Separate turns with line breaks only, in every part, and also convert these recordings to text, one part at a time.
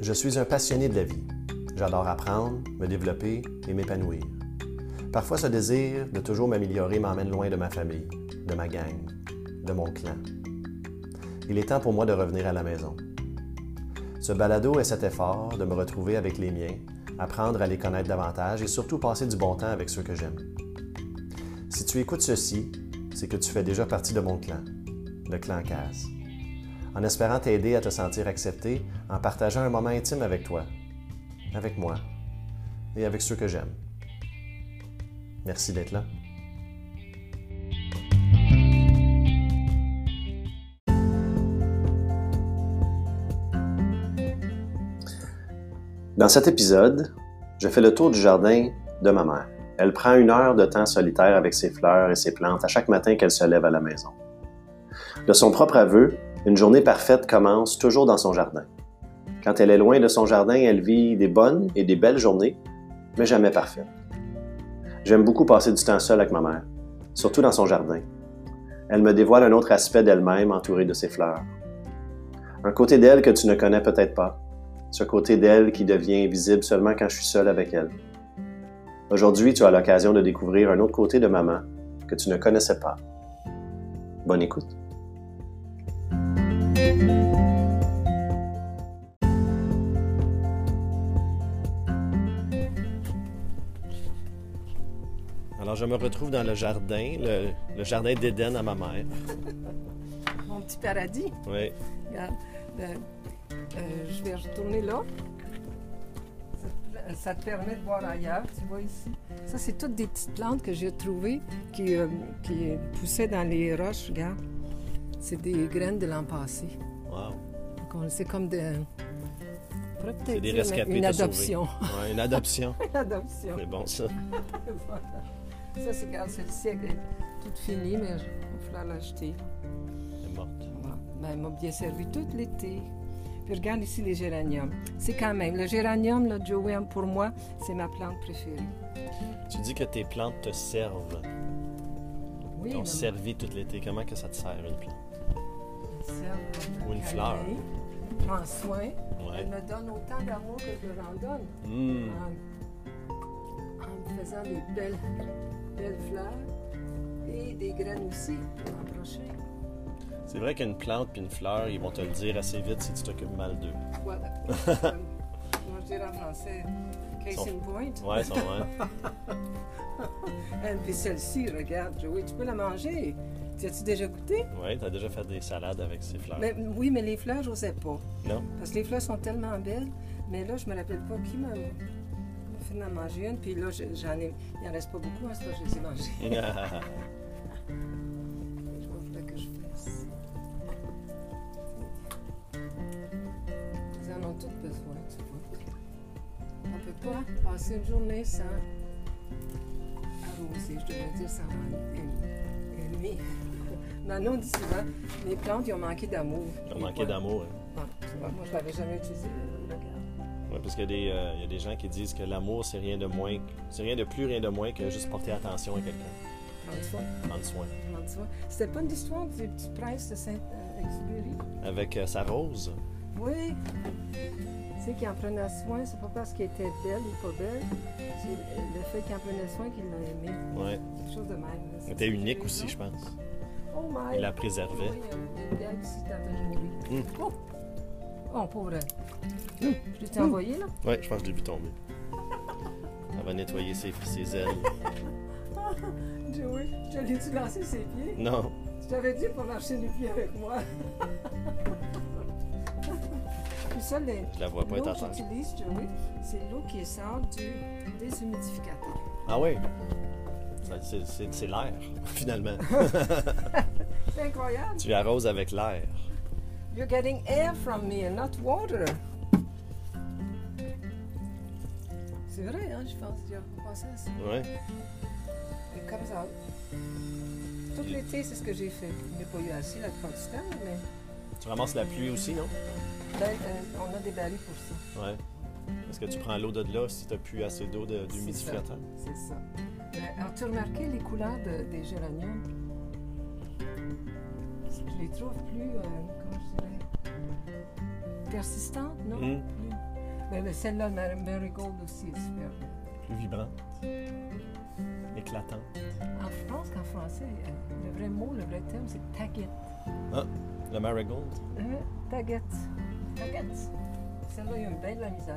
Je suis un passionné de la vie. J'adore apprendre, me développer et m'épanouir. Parfois, ce désir de toujours m'améliorer m'emmène loin de ma famille, de ma gang, de mon clan. Il est temps pour moi de revenir à la maison. Ce balado est cet effort de me retrouver avec les miens, apprendre à les connaître davantage et surtout passer du bon temps avec ceux que j'aime. Si tu écoutes ceci, c'est que tu fais déjà partie de mon clan, le clan CAS. En espérant t'aider à te sentir accepté, en partageant un moment intime avec toi, avec moi et avec ceux que j'aime. Merci d'être là. Dans cet épisode, je fais le tour du jardin de ma mère. Elle prend une heure de temps solitaire avec ses fleurs et ses plantes à chaque matin qu'elle se lève à la maison. De son propre aveu, une journée parfaite commence toujours dans son jardin. Quand elle est loin de son jardin, elle vit des bonnes et des belles journées, mais jamais parfaites. J'aime beaucoup passer du temps seul avec ma mère, surtout dans son jardin. Elle me dévoile un autre aspect d'elle-même entourée de ses fleurs. Un côté d'elle que tu ne connais peut-être pas, ce côté d'elle qui devient visible seulement quand je suis seul avec elle. Aujourd'hui, tu as l'occasion de découvrir un autre côté de maman que tu ne connaissais pas. Bonne écoute. Alors, je me retrouve dans le jardin, le, le jardin d'Éden à ma mère.
Mon petit paradis.
Oui.
Regarde, le- euh, je vais retourner là. Ça te- Ça te permet de voir ailleurs, tu vois ici. Ça, c'est toutes des petites plantes que j'ai trouvées qui, euh, qui poussaient dans les roches, regarde. C'est des graines de l'an passé.
Wow.
Donc, on- C'est comme de... on pourrait peut-être
C'est des
dire une-
rescapés.
une
t'as sauvé.
adoption.
Ouais, une adoption.
Une adoption.
C'est bon, ça.
Voilà. Ça, c'est quand celle-ci elle est toute finie, mais je- il va falloir l'acheter.
Elle est morte.
Voilà. Ben, elle m'a bien servi tout l'été. Puis regarde ici les géraniums. C'est quand même, le géranium, là, Joey, pour moi, c'est ma plante préférée.
Tu dis que tes plantes te servent.
Oui,
T'ont
maman,
servi tout l'été. Comment que ça te sert, une plante?
elle me sert à
Ou une
me
fleur.
calmer, euh, Prends soin.
Ouais.
Elle me donne autant d'amour que je leur en donne.
Hmm.
En, en me faisant des belles, belles fleurs et des graines aussi pour en prochain.
C'est vrai qu'une plante puis une fleur, ils vont te le dire assez vite si tu t'occupes mal d'eux.
Voilà. Euh, Moi, je dirais en français, case
Sont-
in point.
Ouais, ils sont vrai.
Et Euh, puis celle-ci, regarde, Joey, tu peux la manger. Tu as-tu déjà goûté?
Ouais, t'as déjà fait des salades avec ces fleurs.
Mais, oui, mais les fleurs, j'osais pas.
Non?
Parce que les fleurs sont tellement belles. Mais là, je me rappelle pas qui m'a m'a fait en manger une. Puis là, je- j'en ai. Il en reste pas beaucoup, hein, c'est parce que je les ai mangées. Je vois, faudrait que je fasse. Ils en ont toutes besoin, tu vois. On peut pas passer une journée sans arroser, je devrais dire sans aimer. Manon dit souvent, les plantes, ils ont manqué d'amour.
T'as
Ils
manqué
voient-
d'amour. hein.
Ouais, tu vois, moi, je l'avais jamais utilisé. mais regarde.
Ouais, parce qu'il y, a des, euh, il y a des gens qui disent que l'amour, c'est rien de moins, c'est rien de plus, rien de moins que juste porter attention à quelqu'un,
Prends soin,
prendre soin.
prends soin. C'était pas une histoire du petit prince de Saint-Exupéry?
Avec euh, sa rose,
Oui. Tu sais, qu'il en prenait soin, c'est pas parce qu'il était belle ou pas belle, c'est le fait qu'il en prenait soin qu'il l'a aimé.
ouais,
Quelque chose de même. là.
elle
C'est-
était
c'est
unique
raison.
aussi, je pense.
Oh my!
Il la
Oui,
préservait.
il y a une gag ici dans ta journée.
Mm.
Oh! Oh, pauvre.
Hum.
Je l'ai envoyé, là?
Ouais, je pense que je l'ai vu tomber. Elle va nettoyer ses, ses ailes.
Joey, je te l'ai-tu lancé ses pieds?
Non,
Je t'avais dit pour marcher du pied avec moi. Puis ça, les,
je la vois pas être
l'eau
à
que
terre.
j'utilise, Joey, c'est l'eau qui sort du déshumidificateur.
Ah ouais? Ça, c'est- C'est c'est l'air, finalement.
C'est incroyable.
tu arroses avec l'air.
You're getting air from me and not water. C'est vrai, hein, je pense, j'ai pensé à ça.
Ouais.
Et comme ça. Tout
Il-
l'été, c'est ce que j'ai fait. Il n'y a pas eu assez la plupart du temps, mais
Tu ramasses la pluie aussi, non?
ben, euh, on a des barils pour ça.
Ouais. Est-ce que tu prends l'eau de là si t'as plus assez d'eau de- d'humidificateur?
C'est ça. Ben, alors, tu remarqué les couleurs de- des géraniums? Je les trouve plus, euh, comment je dirais, persistantes, non?
Hum.
Plus- Mais, mais celle-là, Madame Marigold aussi est superbe.
Plus vibrante. Éclatante.
En France, Ah, qu'en français, euh, le vrai mot, le vrai terme, c'est taguette.
Ah, le marigold.
Hein? Taguette. Taguette. Celle-là, il y a eu bien de la misère.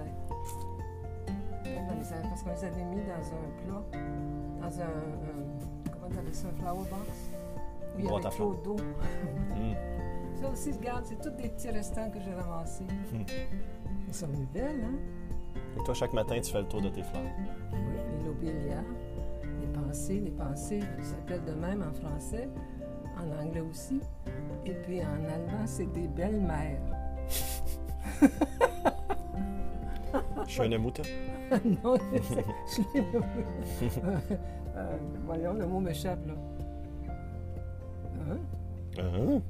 Bien de la misère, parce qu'on les avait mis dans un plat, dans un. un- comment t'appelles ça, un flower box? Où il y
Boîte
avait
à
trop d'eau.
Hum.
Ça aussi, regarde, c'est tous des petits restants que j'ai ramassés.
Hmm.
Ils sont venus belles, hein?
Et toi, chaque matin, tu fais le tour de tes fleurs.
Oui, les lobelia, les pensées, les pensées, ça s'appelle de même en français, en anglais aussi. Et puis en allemand, c'est des belles-mères. Ah,
Je suis un émouton.
non, c'est- je l'ai- Euh, Voyons, le mot m'échappe, là. Hein?
Ah,
Hein?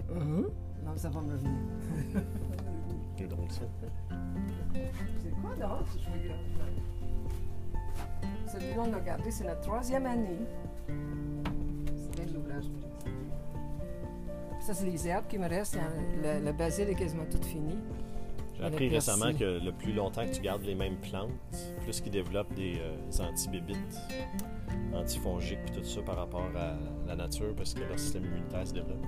Non, ça va me revenir.
c'est drôle ça.
C'est quoi, donc, ce joyeux? Celui-là, on l'a gardé, c'est la troisième année. C'est bien de l'ouvrage. Ça, c'est les herbes qui me restent. Il y en a- Le, le basil est quasiment tout fini.
J'ai
Le
appris
persil.
récemment que le plus longtemps que tu gardes les mêmes plantes, plus qu'ils développent des euh, antibébites, antifongiques, puis tout ça par rapport à la nature, parce que leur système immunitaire se développe.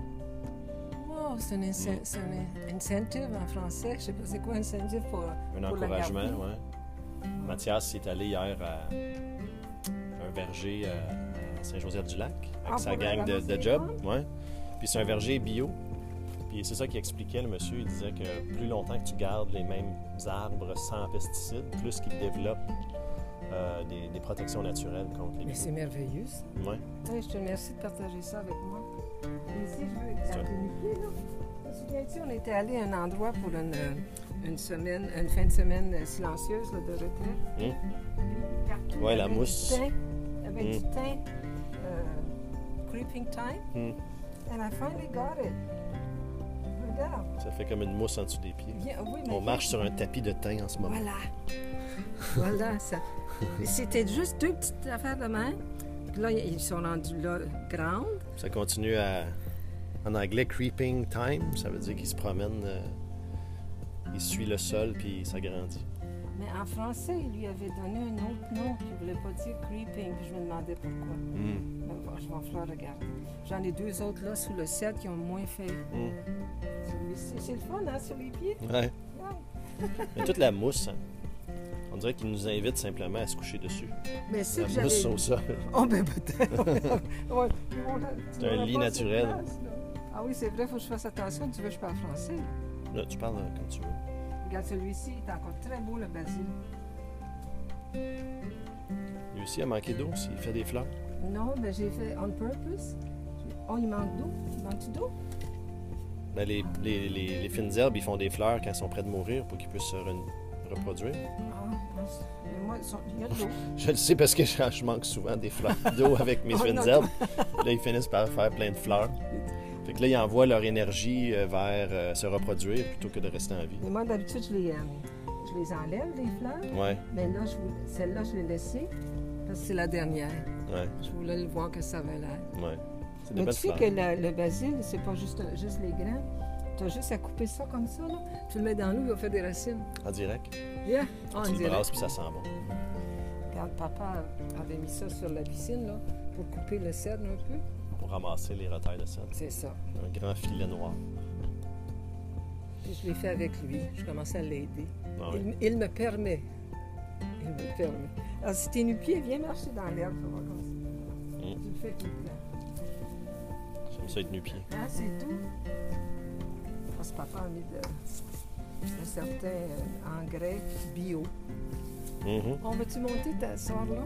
Oh, c'est un,
Mm.
incen- c'est un in- incentive en français. Je sais pas c'est quoi incentive pour.
Un
pour la
encouragement,
garder.
oui. Mathias est allé hier à un verger euh, à, à Saint-Joseph-du-Lac avec
Ah,
sa
pour
gang de,
ramasser
de
les
job. Ouais. Puis c'est un verger bio. Puis c'est ça qu'il expliquait, le monsieur. Il disait que plus longtemps que tu gardes les mêmes arbres sans pesticides, plus qu'ils développent euh, des, des protections naturelles contre les
Mais c'est
microbes.
merveilleux, ça.
Ouais.
Ah Oui, je te remercie de partager ça avec moi. Et ici, je veux la
Ça.
communiquer, là. Je me souviens-tu, on était allé à un endroit pour une, euh, une semaine, une fin de semaine euh, silencieuse là, de retraite.
Hum.
Puis partout, il y
Ouais, la
avait du
mousse.
thym, Il y avait
Hum.
du thym, euh, creeping time.
Hum.
And I finally got it. Regarde.
Ça fait comme une mousse en dessous des pieds.
Viens- oui, mais
On
viens-
marche sur un tapis de thym en ce moment.
Voilà. voilà, ça. C'était juste deux petites affaires de main. Puis là, ils sont rendus là grandes.
Ça continue à. En anglais, creeping time, ça veut dire qu'il se promène, euh, il suit le sol puis ça grandit.
Mais en français, il lui avait donné un autre nom, puis il ne voulait pas dire creeping, puis je me demandais pourquoi. Mais bon, je vais en faire regarder. J'en ai deux autres là sous le set qui ont moins fait. Celui-ci, C'est le fun, hein, sur les pieds.
Mm. Ouais.
Wow.
Mais toute la mousse, hein, on dirait qu'il nous invite simplement à se coucher dessus.
Mais c'est
La
que j'avais.
mousse au sol.
Oh, ben peut-être. Ouais, puis on l'a-
C'est
tu
un
l'auras
lit
pas sur
naturel.
place, là. Ah oui, c'est vrai, faut que je fasse attention. Tu veux que je parle français?
Là, tu parles euh, comme tu veux.
Regarde celui-ci, il est encore très beau, le basil.
Lui aussi, il a manqué d'eau, s'il fait des fleurs.
Non, ben j'ai fait on purpose. Oh, il manque d'eau. Il manque d'eau?
Ben, les, les- les- les fines herbes, ils font des fleurs quand elles sont près de mourir pour qu'ils puissent se re- reproduire.
Ah, mince. mais moi, son- il y a de l'eau.
Je le sais parce que je, je manque souvent des fleurs d'eau avec mes
Oh
fines
non.
herbes. Là, ils finissent par faire plein de fleurs. Fait que là, ils envoient leur énergie euh, vers euh, se reproduire plutôt que de rester en vie.
Mais moi, d'habitude, je les, euh, je les enlève, les fleurs.
Ouais,
Mais là, je vous- celle-là, je l'ai laissée parce que c'est la dernière.
ouais,
Je voulais le voir que ça avait l'air.
ouais. C'est des
Mais
belles
tu sais
fleurs.
que la- le basil, c'est pas juste, juste les grains. Tu as juste à couper ça comme ça, là. Tu le mets dans l'eau, il va faire des racines.
En direct.
Yeah, on
tu le
dirait.
brasses puis ça sent bon.
Quand papa avait mis ça sur la piscine, là, pour couper le cèdre un peu,
Pour ramasser les retails de ça.
c'est ça.
Un grand filet noir.
Puis je l'ai fait avec lui. Je commençais à l'aider.
Ah
Il,
ouais.
il me permet. Il me permet. Alors, si t'es nu-pied, viens marcher dans l'herbe. tu vas voir comme ça.
Mm.
Tu le fais tout le temps.
J'aime ça être nu-pied.
Ah, c'est tout. Ah, Parce que papa a mis de, de certains euh, engrais bio.
Mhm.
On va-tu monter ta soeur là?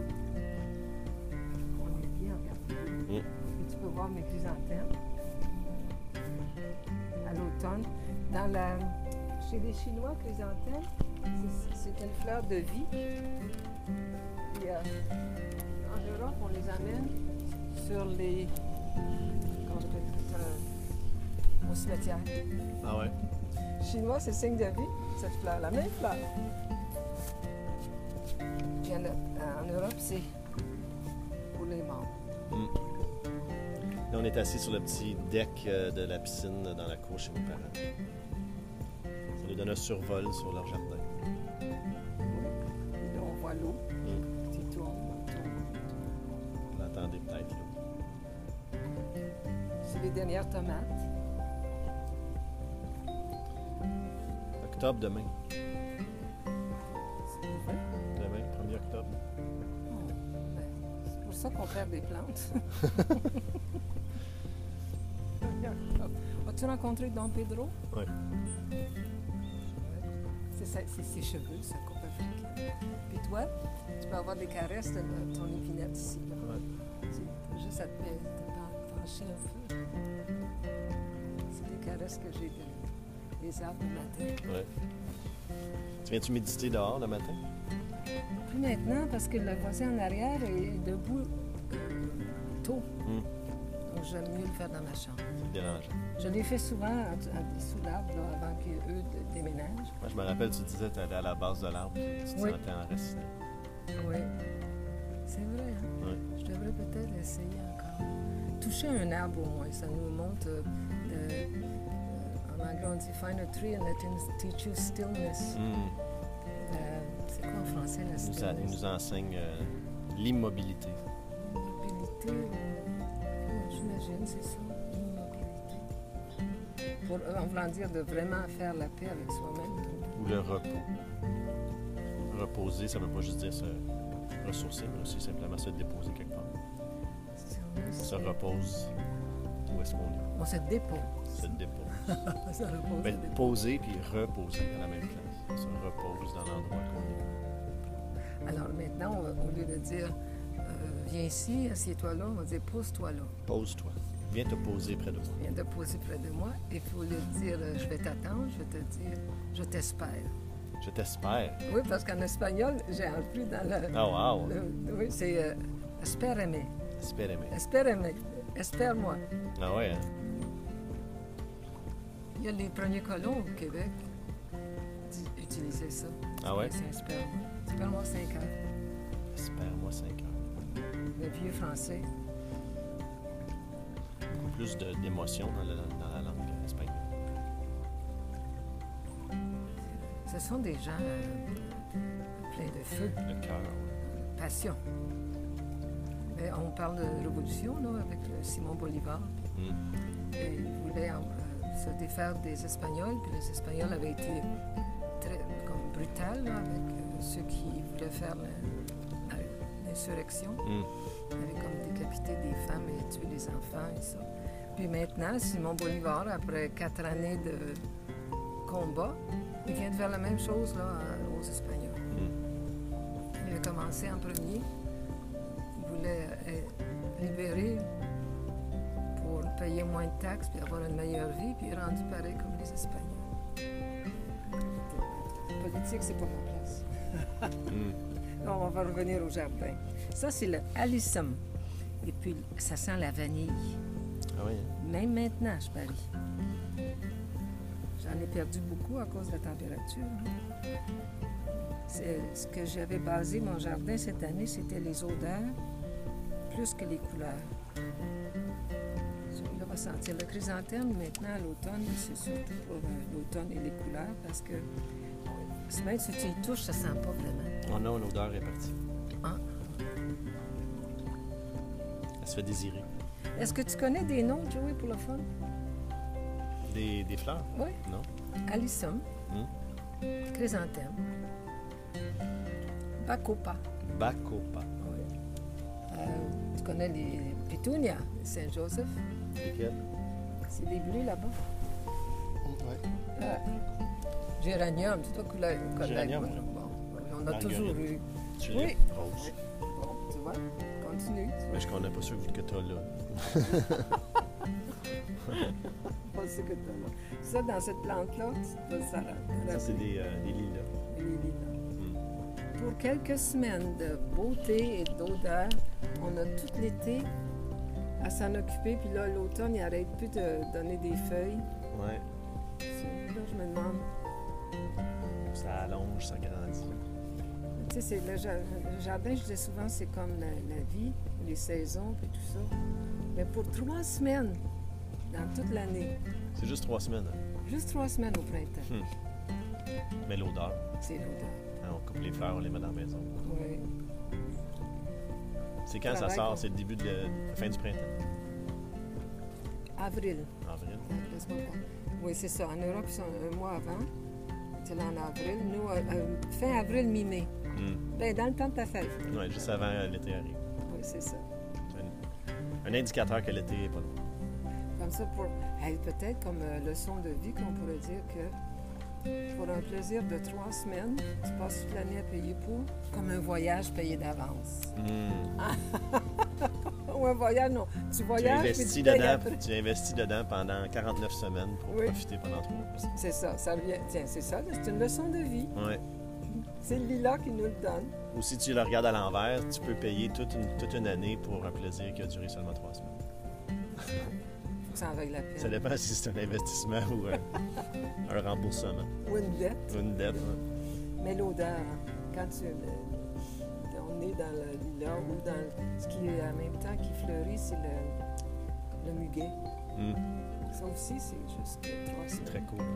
On est bien, regarde.
Mm.
Et tu peux voir mes chrysanthèmes. À l'automne. Dans la... Chez les Chinois, chrysanthème, c'est- c'est une fleur de vie. Et, euh, en Europe, on les amène sur les... Comment on appelle ça? euh, Au cimetière.
Ah ouais.
Chinois, c'est signe de vie, cette fleur, la même fleur. Puis en, euh, en Europe, c'est pour les morts.
Là, on est assis sur le petit deck euh, de la piscine dans la cour chez mes parents. Ça nous donne un survol sur leur jardin.
Ouais, dans l'eau. Tu tournes, tournes, tournes.
Vous l'entendez peut-être. là.
C'est les dernières tomates.
Octobre demain. Demain, 1er octobre.
C'est pour ça qu'on perd des plantes. As-tu rencontré Don Pedro?
Oui.
C'est sa- c'est ses cheveux, sa coupe africaine. Puis toi, tu peux avoir des caresses de de ton épinette ici. là. C'est juste à te pe- te pen- pencher un peu. C'est des caresses que j'ai de- des arbres le matin.
Ouais. Tu viens-tu méditer dehors le matin?
Plus maintenant, parce que le voisin en arrière est debout euh, tôt.
Hum.
Donc j'aime mieux le faire dans ma chambre.
C'est dérangeant.
Je l'ai fait souvent en- en- sous l'arbre là, avant qu'eux déménagent.
Moi, je me rappelle, tu disais que tu allais à la base de l'arbre, tu te
Oui.
sentais enraciné.
Oui. C'est vrai, hein?
Ouais.
Je devrais peut-être essayer encore. Toucher un arbre au moins, ça nous montre euh, de- euh, en anglais on dit find a tree and let him teach you stillness.
Hum.
Euh, c'est quoi en français la
Il nous, a- il
stillness?
nous enseigne euh, l'immobilité.
Immobilité. euh, J'imagine, c'est ça. Immobilité. Pour, euh, en voulant dire de vraiment faire la paix avec soi-même.
ou le repos. Reposer, ça ne veut pas juste dire se ressourcer, mais aussi simplement se déposer quelque part. On
Stillness.
se repose. Où est-ce qu'on est?
On se dépose.
Se dépose.
On se repose.
Ben, poser puis reposer à la même place. On se repose dans l'endroit qu'on
Alors maintenant, on va- au lieu de dire euh, viens ici, assieds-toi là, on va dire pose-toi là.
est. Pose-toi. Viens te poser près de moi.
Viens de poser près de moi. Et puis au lieu de dire euh, je vais t'attendre, je vais te dire je t'espère.
Je t'espère.
Oui, parce qu'en espagnol, j'ai appris dans le.
Oh wow!
le- oui, c'est euh, espérame,
Espérame.
espérame, espère-moi.
Ah ouais, hein?
Il y a les premiers colons au Québec qui utilisaient ça.
Ah ouais?
C'est espère-moi. Espère-moi 5 ans.
Espère-moi 5 heures.
Le vieux français.
Beaucoup plus de- d'émotion dans, le- dans la langue espagnole.
Ce sont des gens euh, pleins de feu.
Le cœur.
passion. Mais on parle de révolution là, avec euh, Simon Bolivar.
ouais. Hum.
Et il voulait euh, se défaire des Espagnols, puis les Espagnols avaient été très comme, brutales là, avec euh, ceux qui voulaient faire la- la- l'insurrection.
Hum.
Ils avaient comme décapité des femmes et tué des enfants et ça. Puis maintenant, Simon Bolivar, après quatre années de combat, il vient de faire la même chose là, à- aux Espagnols.
Mm.
Il avait commencé en premier. Il voulait euh, libérer pour payer moins de taxes puis avoir une meilleure vie, puis il est rendu pareil comme les Espagnols. Politique, c'est pas ma place.
Hum.
Non, on va revenir au jardin. Ça, c'est le alyssum. Et puis, ça sent la vanille.
Ah ouais, hein?
Même maintenant, je parie. J'en ai perdu beaucoup à cause de la température. hein. C'est- Ce que j'avais basé mon jardin cette année, c'était les odeurs plus que les couleurs. Là, on va sentir le chrysanthème maintenant à l'automne, c'est surtout pour euh, l'automne et les couleurs parce que euh, même si tu y touches, ça sent pas vraiment.
On a une odeur Oh est partie.
Ah.
Elle se fait désirer.
Est-ce que tu connais des noms, Joey, pour le fun?
Des, des fleurs?
Oui.
Non?
Alyssum,
Hmm.
chrysanthème, bacopa.
Bacopa.
Euh, tu connais les pétunias, Saint-Joseph. C'est des bleus là-bas. Ah. Géranium, c'est toi qui l'as connais.
Géranium, oui.
Bon, on a
Marguerite.
toujours eu.
Tulipe rose.
Bon, tu vois, continue. tu
Mais je connais pas sûr que tu as là.
vois pas ce que t'as là. Ça, dans cette plante-là, tu vas s'arrêter.
Ça, c'est des, euh, des lilas.
Pour quelques semaines de beauté et d'odeur, on a tout l'été à s'en occuper. Puis là, l'automne, il arrête plus de donner des feuilles.
Ouais.
Là, je me demande,
Ça allonge, ça grandit.
tu sais, c'est le ja- le jardin, je dis souvent, c'est comme la, la vie, les saisons, et tout ça. Mais pour trois semaines, dans toute l'année,
C'est juste trois semaines, hein.
juste trois semaines au printemps,
mais l'odeur.
c'est l'odeur.
Hein, on coupe les fleurs, on les met dans la maison.
Oui.
C'est quand ça
Travail,
sort?
quoi.
C'est le début de la- la fin du printemps,
Avril.
en avril.
la semaine prochaine. Oui, c'est ça. En Europe, c'est un mois avant. C'est là en avril. Nous, euh, euh, fin avril, mi-mai.
Hmm.
Ben, dans le temps de ta fête.
Ouais, juste avant euh, l'été arrive.
Oui, c'est ça.
C'est Un, un indicateur que l'été est pas loin.
Comme ça, pour hey, peut-être comme euh, leçon de vie qu'on pourrait dire que pour un plaisir de trois semaines, tu passes toute l'année à payer pour, comme un voyage payé d'avance.
Hmm.
Ou un voyage, non. Tu
Tu
voyages, puis
investis,
tu payes
dedans,
après.
tu investis dedans pendant 49 semaines pour
Oui.
profiter pendant trois mois.
C'est ça, ça vient. Tiens, c'est ça, c'est une leçon de vie.
Ouais.
C'est le lila qui nous le donne.
Ou si tu le regardes à l'envers, tu peux payer toute une, toute une année pour un plaisir qui a duré seulement trois semaines.
Ça en vaut la peine.
Ça dépend si c'est un investissement ou un, un remboursement,
Ou une dette.
ou une dette. hein.
Mais l'odeur, hein, quand tu, le- on est dans le lilas ou dans le- ce qui est en même temps qui fleurit, c'est le, le muguet.
Mm.
Ça aussi, c'est juste que trois
C'est
semaines.
très cool.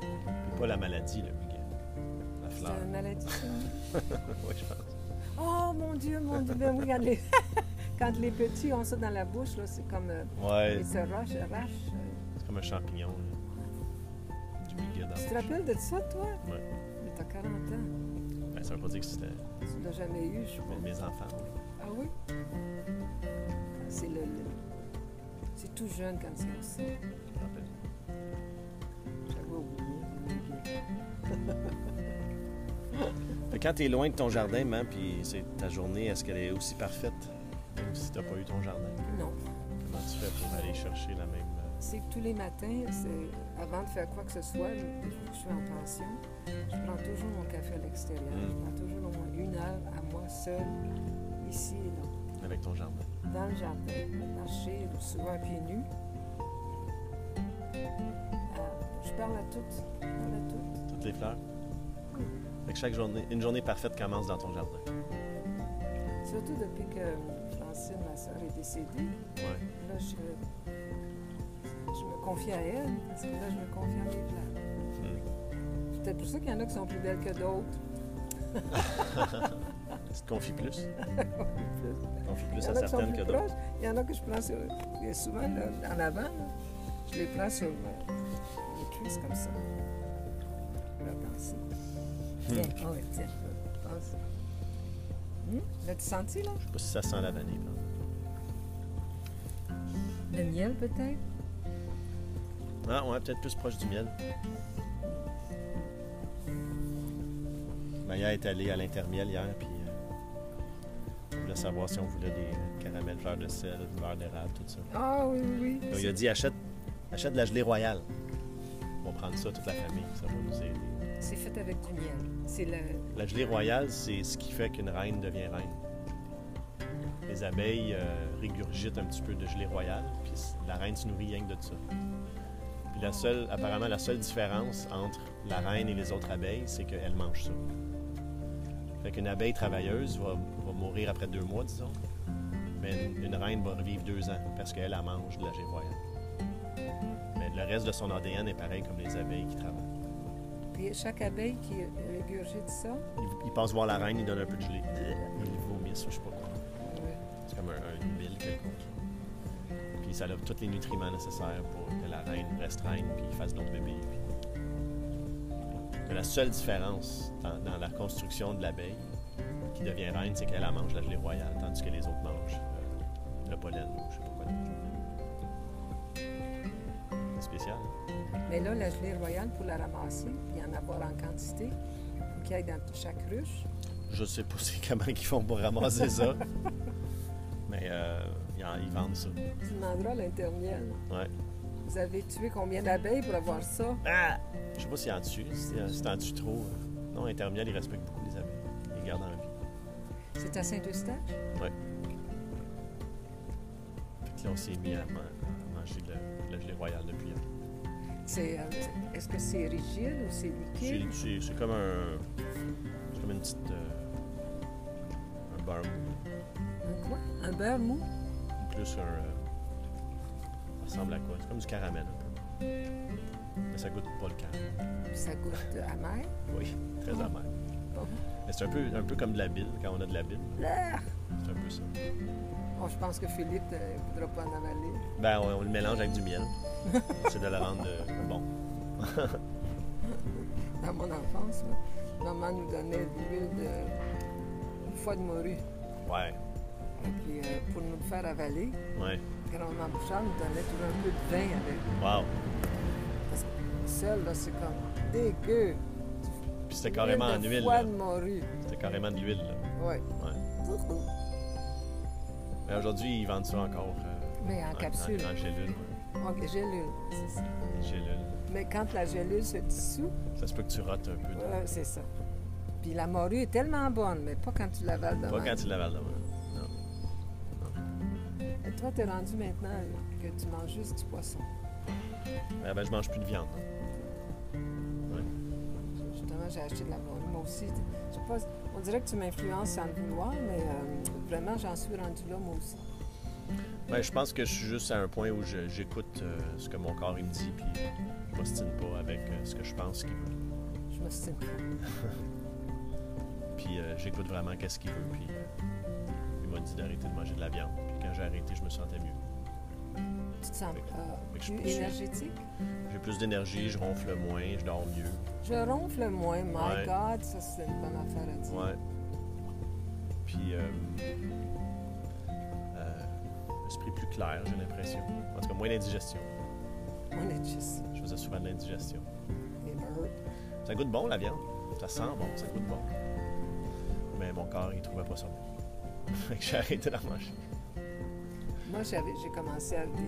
Puis pas la maladie, le muguet. La
C'est
fleur.
une maladie. ça.
oui, je pense.
oh mon Dieu, mon Dieu, ben oui, regarde les- quand les petits ont ça dans la bouche, là, c'est comme. euh,
Ouais,
ils se rachent, arrachent. euh.
c'est comme un champignon. là. Du muguet dans
Tu te rappelles de ça, toi?
Ouais.
Mais T'as 40 ans.
Ben, ça veut pas dire que c'était
Tu l'as jamais eu, je
mes-
crois.
mes enfants. là.
Ah oui? C'est le. le- c'est tout jeune quand c'est comme
Je
ça.
me rappelle.
J'avais oublié.
Fait que Quand tu es loin de ton jardin, man, puis c'est ta journée, est-ce qu'elle est aussi parfaite? Même si t'as pas eu ton jardin,
Non,
comment tu fais pour aller chercher la même. euh,
c'est que tous les matins, c'est- avant de faire quoi que ce soit, depuis que je suis en pension, je prends toujours mon café à l'extérieur.
Mm.
Je prends toujours au moins une heure à moi seule, ici et là,
avec ton jardin.
dans le jardin, marcher, souvent à pieds nus. Euh, je parle à toutes, je parle à toutes.
Toutes les fleurs. Fait que chaque journée, une journée parfaite commence dans ton jardin.
Surtout depuis que euh, Francine, ma soeur, est décédée,
Ouais.
là, je, je me confie à elle, parce que là, je me confie à mes plantes.
Hmm.
C'est peut-être pour ça qu'il y en a qui sont plus belles que d'autres.
Tu te confies plus. Tu te confies
Il
plus
y en
à
a qui sont
certaines
plus
que d'autres.
proches. Il y en a que je prends sur, il y a souvent là, en avant. là. Je les prends sur euh, les cuisses comme ça. Là, pense.
Hmm.
Tiens, oh, tiens, pense. Hum, L'as-tu senti, là?
Je sais pas si ça sent la vanille. par exemple.
Le miel, peut-être?
Ah, ouais, peut-être plus proche du miel. Maya est allée à l'intermiel hier, puis euh, on voulait savoir si on voulait des euh, caramels fleurs de sel, beurre d'érable, tout ça.
Ah oui, oui,
Donc,
oui.
il a dit achète, achète de la gelée royale. On va prendre ça, toute la famille, ça va nous aider.
C'est fait avec du miel. C'est le...
La gelée royale, c'est ce qui fait qu'une reine devient reine. Les abeilles euh, régurgitent un petit peu de gelée royale, puis c- la reine se nourrit rien que de ça. Puis la seule, apparemment, la seule différence entre la reine et les autres abeilles, c'est qu'elle mange ça. Fait qu'une abeille travailleuse va, va mourir après deux mois, disons, mais une, une reine va vivre deux ans parce qu'elle, elle mange de la gelée royale. Mais le reste de son ADN est pareil comme les abeilles qui travaillent.
Puis chaque abeille qui euh, régurgite ça,
Il, il passe voir la reine, il donne un peu de gelée. Il vomit ça, je sais pas quoi.
ouais,
C'est comme un, un huile quelconque. Puis ça a tous les nutriments nécessaires pour que la reine reste reine puis fasse d'autres bébés. puis- Mais la seule différence dans, dans la construction de l'abeille qui devient reine, c'est qu'elle elle mange la gelée royale, tandis que les autres mangent euh, le pollen ou je sais pas quoi. C'est spécial. hein?
Mais là, la gelée royale, pour la ramasser, puis en avoir en quantité, faut qu'il y ait dans chaque ruche.
Je sais pas c'est comment ils font pour ramasser ça. Mais euh, ils en- ils vendent ça.
Tu demanderas à l'intermiel.
Ouais.
Vous avez tué combien d'abeilles pour avoir ça?
Ah! Je sais pas s'il en tue, si, euh, si t'en tues trop. euh, Non, Intermiel, ils respectent beaucoup les abeilles. Ils les gardent en vie.
C'est à Saint-Eustache?
Fait que là, on s'est mis à, man- à manger de la- de la gelée royale depuis hier.
C'est, euh, est-ce que c'est rigide ou c'est liquide?
C'est- C'est c'est comme un. C'est comme une petite. euh, un beurre mou.
Un quoi? Un beurre mou?
Ou Plus un. euh, ça ressemble à quoi C'est comme du caramel un peu. Mais ça goûte pas le caramel.
Ça goûte amer?
Oui, très amer.
pas bon.
Mais C'est un peu, un peu comme de la bile, quand on a de la bile.
Ah!
C'est un peu ça.
Bon, je pense que Philippe ne voudra pas en avaler.
Ben, on, on le mélange avec du miel. C'est de la rendre euh, bon.
Dans mon enfance, là, maman nous donnait de l'huile de une fois de morue.
Ouais,
Et puis, euh, pour nous le faire avaler,
ouais.
grand-maman Bouchard nous donnait toujours un peu de vin avec.
Wow.
Parce que seul, là, c'est comme dégueu.
Puis c'était carrément en
de
huile.
foie
là.
de morue.
C'était carrément de l'huile. là.
Ouais.
Ouais. Mais aujourd'hui, ils vendent ça encore. euh,
Mais en capsule.
En, gélule.
En gélule, c'est ça.
ouais. Des gélules.
Mais quand la gélule se dissout,
Ça se peut que tu rotes un peu.
euh, c'est ça. Puis la morue est tellement bonne, mais pas quand tu l'avales de
Pas
même.
quand tu l'avales demain.
Et Toi, t'es rendu maintenant là, que tu manges juste du poisson.
Ah ben, je mange plus de viande. hein.
Justement, j'ai acheté de la morue. Moi aussi, je sais pas, on dirait que tu m'influences sans le vouloir, mais euh, vraiment, j'en suis rendu là, moi aussi.
Ben, je pense que je suis juste à un point où je- j'écoute euh, ce que mon corps il me dit, puis je m'ostine pas avec euh, ce que je pense qu'il veut.
Je me suis dit,
Puis euh, j'écoute vraiment qu'est-ce qu'il veut. Puis euh, il m'a dit d'arrêter de manger de la viande. Puis quand j'ai arrêté, je me sentais mieux.
tu te sens euh,
Fait que je
plus
poursuis.
énergétique?
J'ai plus d'énergie, je ronfle moins, je dors mieux.
Je ronfle moins, my
Ouais.
God, ça c'est une bonne affaire à dire.
Ouais. Puis euh, euh, l'esprit plus clair, j'ai l'impression. En tout cas, moins d'indigestion.
On est juste
Je faisais souvent de l'indigestion.
des meurtres.
Ça goûte bon, la viande. Ça sent bon, ça goûte bon. Mais mon corps, il trouvait pas ça bon. Fait que j'ai arrêté d'en manger.
Moi, j'avais- j'ai commencé à dé-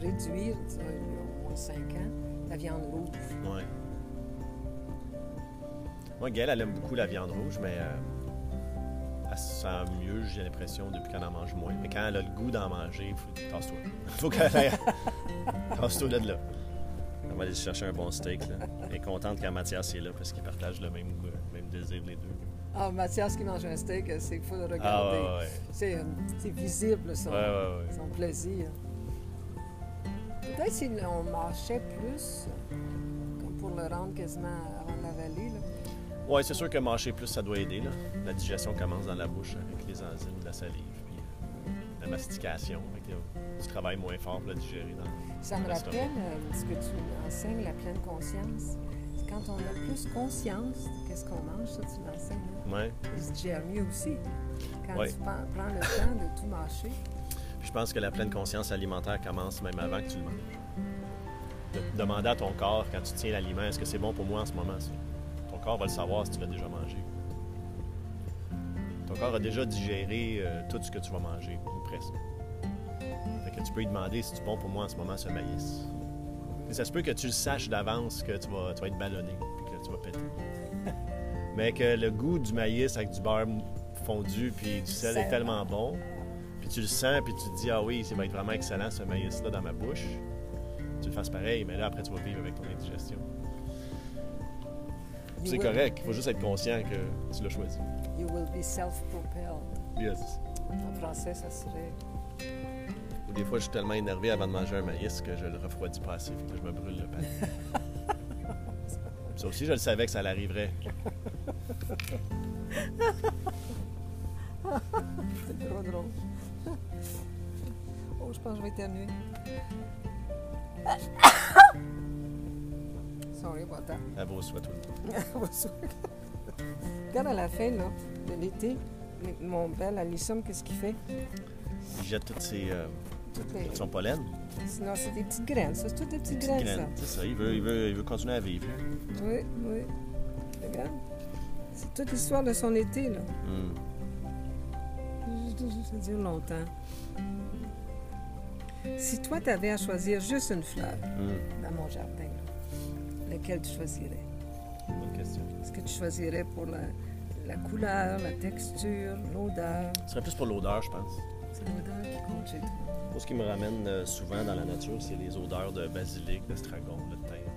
réduire, tu vois, il y a au moins 5 ans, la viande rouge.
Ouais. Moi, Gaëlle, elle aime beaucoup la viande rouge, mais euh, elle se sent mieux, j'ai l'impression, depuis qu'elle en mange moins. Mais quand elle a le goût d'en manger, faut... tasse-toi. faut qu'elle aille. tasse-toi de là. On va aller chercher un bon steak. Là. Elle est contente quand Mathias est là parce qu'ils partagent le même, goût, le même désir, les deux.
Ah, Mathias qui mange un steak, euh, c'est fou de regarder.
Ah, ouais, ouais, ouais.
C'est, euh, c'est visible, son,
Ouais, ouais, ouais.
son plaisir. Peut-être si on marchait plus, comme pour le rendre quasiment avant de l'avaler, là.
Oui, c'est sûr que mâcher plus, ça doit aider. Là. La digestion commence dans la bouche avec les enzymes de la salive, puis euh, la mastication. Fait que, euh, tu travailles moins fort pour la digérer. Dans...
Ça me
Restaurant.
rappelle euh, ce que tu enseignes, la pleine conscience. C'est Quand on a plus conscience de qu'est-ce qu'on mange, ça, tu l'enseignes. hein.
Ouais.
Et se digère mieux aussi. Quand
Ouais.
tu prends, prends le temps de tout mâcher,
Puis je pense que la pleine conscience alimentaire commence même avant que tu le manges. De te demander à ton corps, quand tu tiens l'aliment, est-ce que c'est bon pour moi en ce moment? ça? Ton corps va le savoir si tu l'as déjà mangé. Ton corps a déjà digéré euh, tout ce que tu vas manger, ou presque. Fait que tu peux lui demander si c'est bon pour moi en ce moment ce maïs. Et ça se peut que tu le saches d'avance que tu vas, tu vas être ballonné puis que tu vas péter. Mais que le goût du maïs avec du beurre fondu puis du sel est
Sel.
tellement bon, puis tu le sens puis tu te dis ah oui, ça va être vraiment excellent ce maïs là dans ma bouche. Tu le fasses pareil, mais là après tu vas vivre avec ton indigestion.
you
C'est
will-
correct, il faut juste être conscient que tu l'as choisi.
you will be self-propelled.
Yes.
En français, ça serait
Ou des fois, je suis tellement énervé avant de manger un maïs que je le refroidis pas assez, fait que je me brûle le palais. ça aussi, je le savais que ça l'arriverait.
C'est trop drôle. oh, je pense que je vais éternuer. Sorry about that.
À vos souhaits, tout le monde.
Regarde à la fin là, de l'été, m- mon bel Alisson, qu'est-ce qu'il fait?
Il jette toutes ses, euh,
Toutes les...
son pollen.
Sinon, c'est des petites graines. Ça, c'est toutes des petites
petites
graines,
graines. C'est ça, il veut, il, veut, il veut continuer à vivre.
ça. Oui, oui. Regarde. C'est toute l'histoire de son été, là.
Hmm.
Ça dure longtemps. Si toi, tu avais à choisir juste une fleur
Hmm.
dans mon jardin, là, laquelle tu choisirais?
Bonne question.
Est-ce que tu choisirais pour la, la couleur, la texture, l'odeur?
Ce serait plus pour l'odeur, je pense.
C'est l'odeur qui compte chez toi.
Moi, ce qui me ramène euh, souvent dans la nature, c'est les odeurs de basilic, d'estragon, de thym.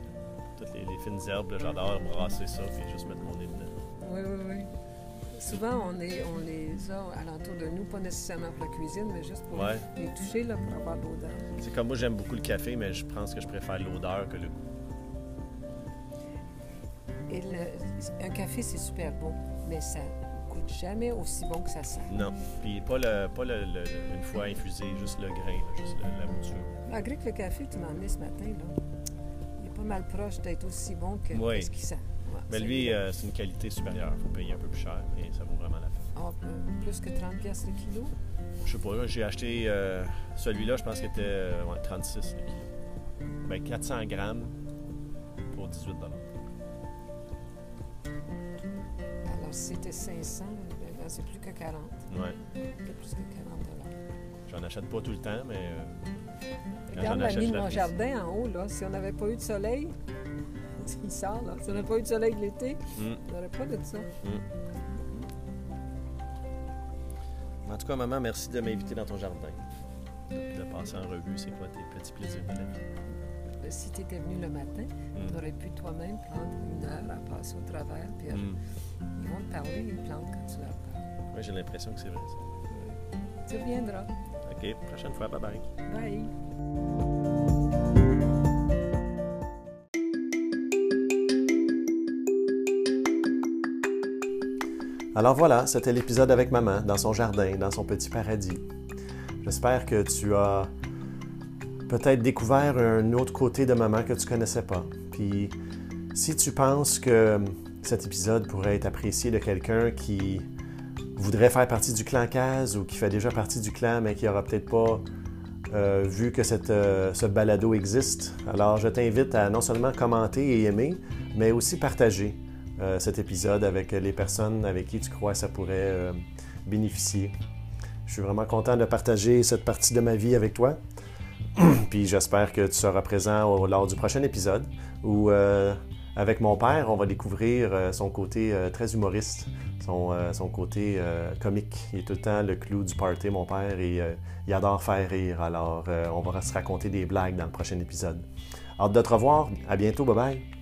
Toutes les, les fines herbes, là, j'adore brasser ça et juste mettre mon nez dedans.
Oui, oui, oui. Souvent, on, est, on les a alentour de nous, pas nécessairement pour la cuisine, mais juste pour
Ouais.
les toucher, là, pour avoir l'odeur.
C'est comme moi, j'aime beaucoup le café, mais je pense que je préfère l'odeur que le goût.
Et le- un café, c'est super bon, mais ça coûte jamais aussi bon que ça sent.
Non. Puis pas, le, pas le- le- le- une fois infusé, juste le grain, là, juste le- la mouture.
Malgré que le café, tu m'as amené ce matin, là, il est pas mal proche d'être aussi bon que
Oui.
que ce qui sent. Ouais,
Mais
Ben,
c'est-
lui, euh, c'est une qualité supérieure. Il faut payer un peu plus cher, mais ça vaut vraiment la peine.
Ah, plus- plus que 30 piastres le kilo.
Je sais pas, j'ai acheté euh, celui-là, je pense qu'il était euh, ouais, 36 le kilo. Ben, 400 grammes pour 18
Alors, si c'était 500, là, ben, c'est plus que 40.
Ouais.
C'est plus que 40 dollars.
J'en achète pas tout le temps, mais euh, quand
Regarde
j'en
la
achète,
mine
je
de mon
l'apprécie.
jardin en haut, là. Si on n'avait pas eu de soleil, il sort, là. Si on n'avait pas eu de soleil l'été,
Mm.
on n'aurait pas de ça.
En tout cas, maman, merci de m'inviter dans ton jardin. De passer en revue, c'est quoi tes petits plaisirs de la vie.
Ben, Si tu étais venu le matin,
Mm.
tu aurais pu toi-même prendre une heure à passer au travers. Puis à-
Mm.
ils vont te parler, ils te plantent quand tu leur parles.
Oui, j'ai l'impression que c'est vrai. ça.
Tu reviendras.
OK, prochaine fois, bye bye.
Bye.
Alors voilà, c'était l'épisode avec maman dans son jardin, dans son petit paradis. J'espère que tu as peut-être découvert un autre côté de maman que tu connaissais pas. Puis si tu penses que cet épisode pourrait être apprécié de quelqu'un qui voudrait faire partie du clan Caz ou qui fait déjà partie du clan mais qui n'aura peut-être pas euh, vu que cette, euh, ce balado existe, alors je t'invite à non seulement commenter et aimer, mais aussi partager euh, cet épisode avec les personnes avec qui tu crois que ça pourrait euh, bénéficier. Je suis vraiment content de partager cette partie de ma vie avec toi. Puis j'espère que tu seras présent au- lors du prochain épisode où, euh, avec mon père, on va découvrir euh, son côté euh, très humoriste, son, euh, son côté euh, comique. Il est tout le temps le clou du party, mon père, et euh, il adore faire rire. Alors, euh, on va se raconter des blagues dans le prochain épisode. Hâte de te revoir. À bientôt. Bye bye.